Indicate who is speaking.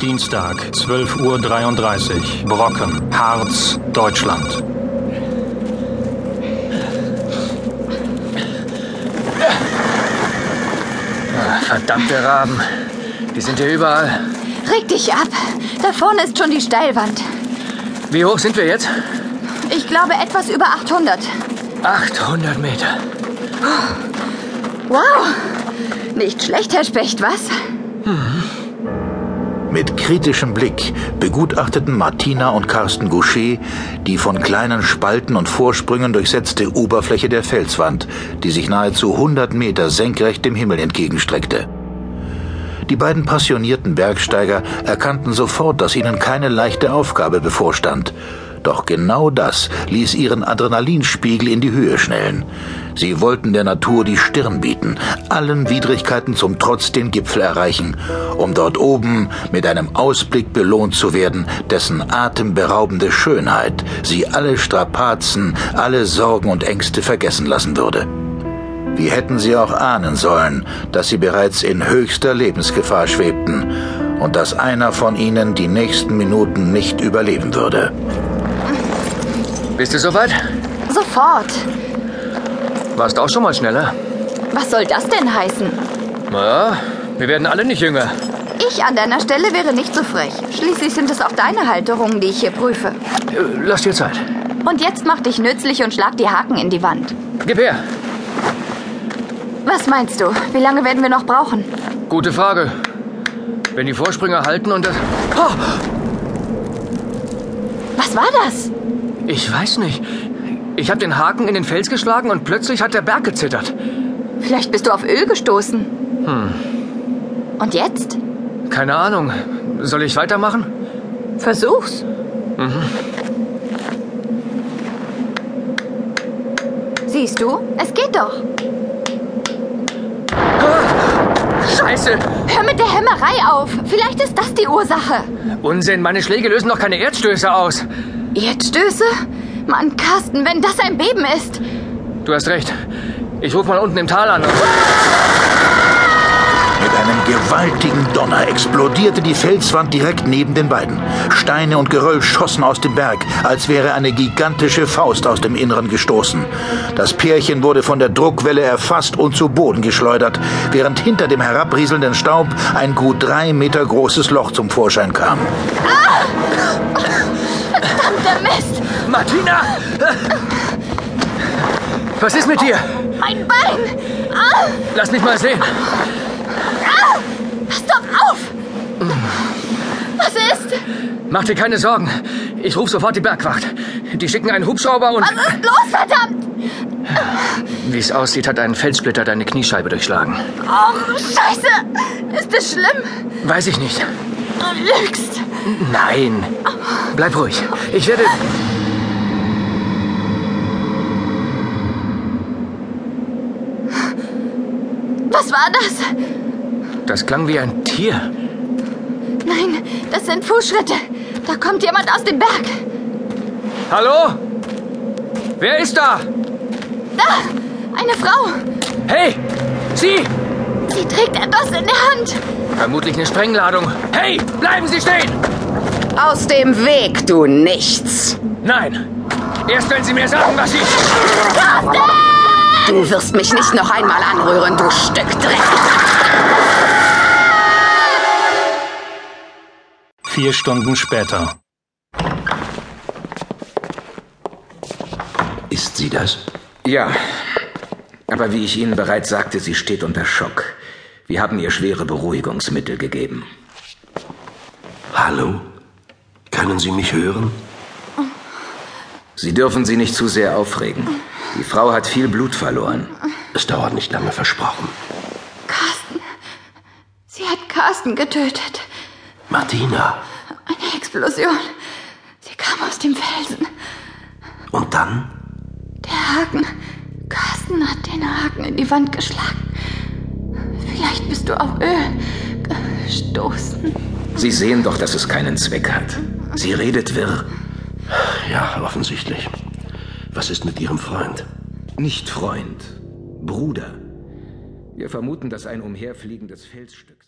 Speaker 1: Dienstag, 12.33 Uhr, Brocken, Harz, Deutschland.
Speaker 2: Ah, Verdammte Raben. Die sind hier überall.
Speaker 3: Reg dich ab. Da vorne ist schon die Steilwand.
Speaker 2: Wie hoch sind wir jetzt?
Speaker 3: Ich glaube etwas über 800.
Speaker 2: 800 Meter.
Speaker 3: Wow. Nicht schlecht, Herr Specht, was?
Speaker 4: Mit kritischem Blick begutachteten Martina und Carsten Goucher die von kleinen Spalten und Vorsprüngen durchsetzte Oberfläche der Felswand, die sich nahezu 100 Meter senkrecht dem Himmel entgegenstreckte. Die beiden passionierten Bergsteiger erkannten sofort, dass ihnen keine leichte Aufgabe bevorstand. Doch genau das ließ ihren Adrenalinspiegel in die Höhe schnellen. Sie wollten der Natur die Stirn bieten, allen Widrigkeiten zum Trotz den Gipfel erreichen, um dort oben mit einem Ausblick belohnt zu werden, dessen atemberaubende Schönheit sie alle Strapazen, alle Sorgen und Ängste vergessen lassen würde. Wie hätten sie auch ahnen sollen, dass sie bereits in höchster Lebensgefahr schwebten und dass einer von ihnen die nächsten Minuten nicht überleben würde.
Speaker 2: Bist du soweit?
Speaker 3: Sofort.
Speaker 2: Warst auch schon mal schneller.
Speaker 3: Was soll das denn heißen?
Speaker 2: Ja, wir werden alle nicht jünger.
Speaker 3: Ich an deiner Stelle wäre nicht so frech. Schließlich sind es auch deine Halterungen, die ich hier prüfe.
Speaker 2: Äh, Lass dir Zeit.
Speaker 3: Und jetzt mach dich nützlich und schlag die Haken in die Wand.
Speaker 2: Gib her.
Speaker 3: Was meinst du? Wie lange werden wir noch brauchen?
Speaker 2: Gute Frage. Wenn die Vorsprünge halten und das... Oh,
Speaker 3: Was war das?
Speaker 2: ich weiß nicht. Ich habe den Haken in den Fels geschlagen und plötzlich hat der Berg gezittert.
Speaker 3: Vielleicht bist du auf Öl gestoßen. Hm. Und jetzt?
Speaker 2: Keine Ahnung. Soll ich weitermachen?
Speaker 3: Versuch's. Siehst du, es geht doch.
Speaker 2: Scheiße!
Speaker 3: Hör mit der Hämmerei auf. Vielleicht ist das die Ursache.
Speaker 2: Unsinn, meine Schläge lösen doch keine Erdstöße aus.
Speaker 3: Erdstöße? Mann, Carsten, wenn das ein Beben ist.
Speaker 2: Du hast recht. Ich ruf mal unten im Tal an.
Speaker 4: Mit einem gewaltigen Donner explodierte die Felswand direkt neben den beiden. Steine und Geröll schossen aus dem Berg, als wäre eine gigantische Faust aus dem Inneren gestoßen. Das Pärchen wurde von der Druckwelle erfasst und zu Boden geschleudert, während hinter dem herabrieselnden Staub ein gut drei Meter großes Loch zum Vorschein kam.
Speaker 3: Der Mist!
Speaker 2: Martina! Was ist mit dir?
Speaker 3: Mein Bein! Ah,
Speaker 2: Lass mich mal sehen.
Speaker 3: stopp auf! Was ist?
Speaker 2: Mach dir keine Sorgen. Ich rufe sofort die Bergwacht. Die schicken einen Hubschrauber und...
Speaker 3: Was ist los, verdammt?
Speaker 2: Wie es aussieht, hat ein Felssplitter deine Kniescheibe durchschlagen.
Speaker 3: Oh, scheiße! Ist es schlimm?
Speaker 2: Weiß ich nicht.
Speaker 3: Du lügst!
Speaker 2: Nein. Bleib ruhig. Ich werde...
Speaker 3: Was war das?
Speaker 2: Das klang wie ein Tier.
Speaker 3: Nein, das sind Fußschritte. Da kommt jemand aus dem Berg.
Speaker 2: Hallo? Wer ist da?
Speaker 3: Da! Eine Frau!
Speaker 2: Hey! Sie!
Speaker 3: Sie trägt etwas in der Hand.
Speaker 2: Vermutlich eine Sprengladung. Hey! Bleiben Sie stehen!
Speaker 5: Aus dem Weg, du Nichts!
Speaker 2: Nein! Erst wenn Sie mir sagen, was Sie...
Speaker 5: Du wirst mich nicht noch einmal anrühren, du Stück Dreck!
Speaker 1: Vier Stunden später.
Speaker 6: Ist sie das?
Speaker 7: Ja, aber wie ich Ihnen bereits sagte, sie steht unter Schock. Wir haben ihr schwere Beruhigungsmittel gegeben.
Speaker 6: Hallo? Können Sie mich hören?
Speaker 7: Sie dürfen sie nicht zu sehr aufregen. Die Frau hat viel Blut verloren.
Speaker 6: Es dauert nicht lange, versprochen.
Speaker 3: Carsten. Sie hat Carsten getötet.
Speaker 6: Martina.
Speaker 3: Eine Explosion. Sie kam aus dem Felsen.
Speaker 6: Und dann?
Speaker 3: Der Haken. Carsten hat den Haken in die Wand geschlagen. Vielleicht bist du auf Öl gestoßen.
Speaker 7: Sie sehen doch, dass es keinen Zweck hat. Sie redet wirr.
Speaker 6: Ja, offensichtlich. Was ist mit Ihrem Freund?
Speaker 7: Nicht Freund, Bruder. Wir vermuten, dass ein umherfliegendes Felsstück.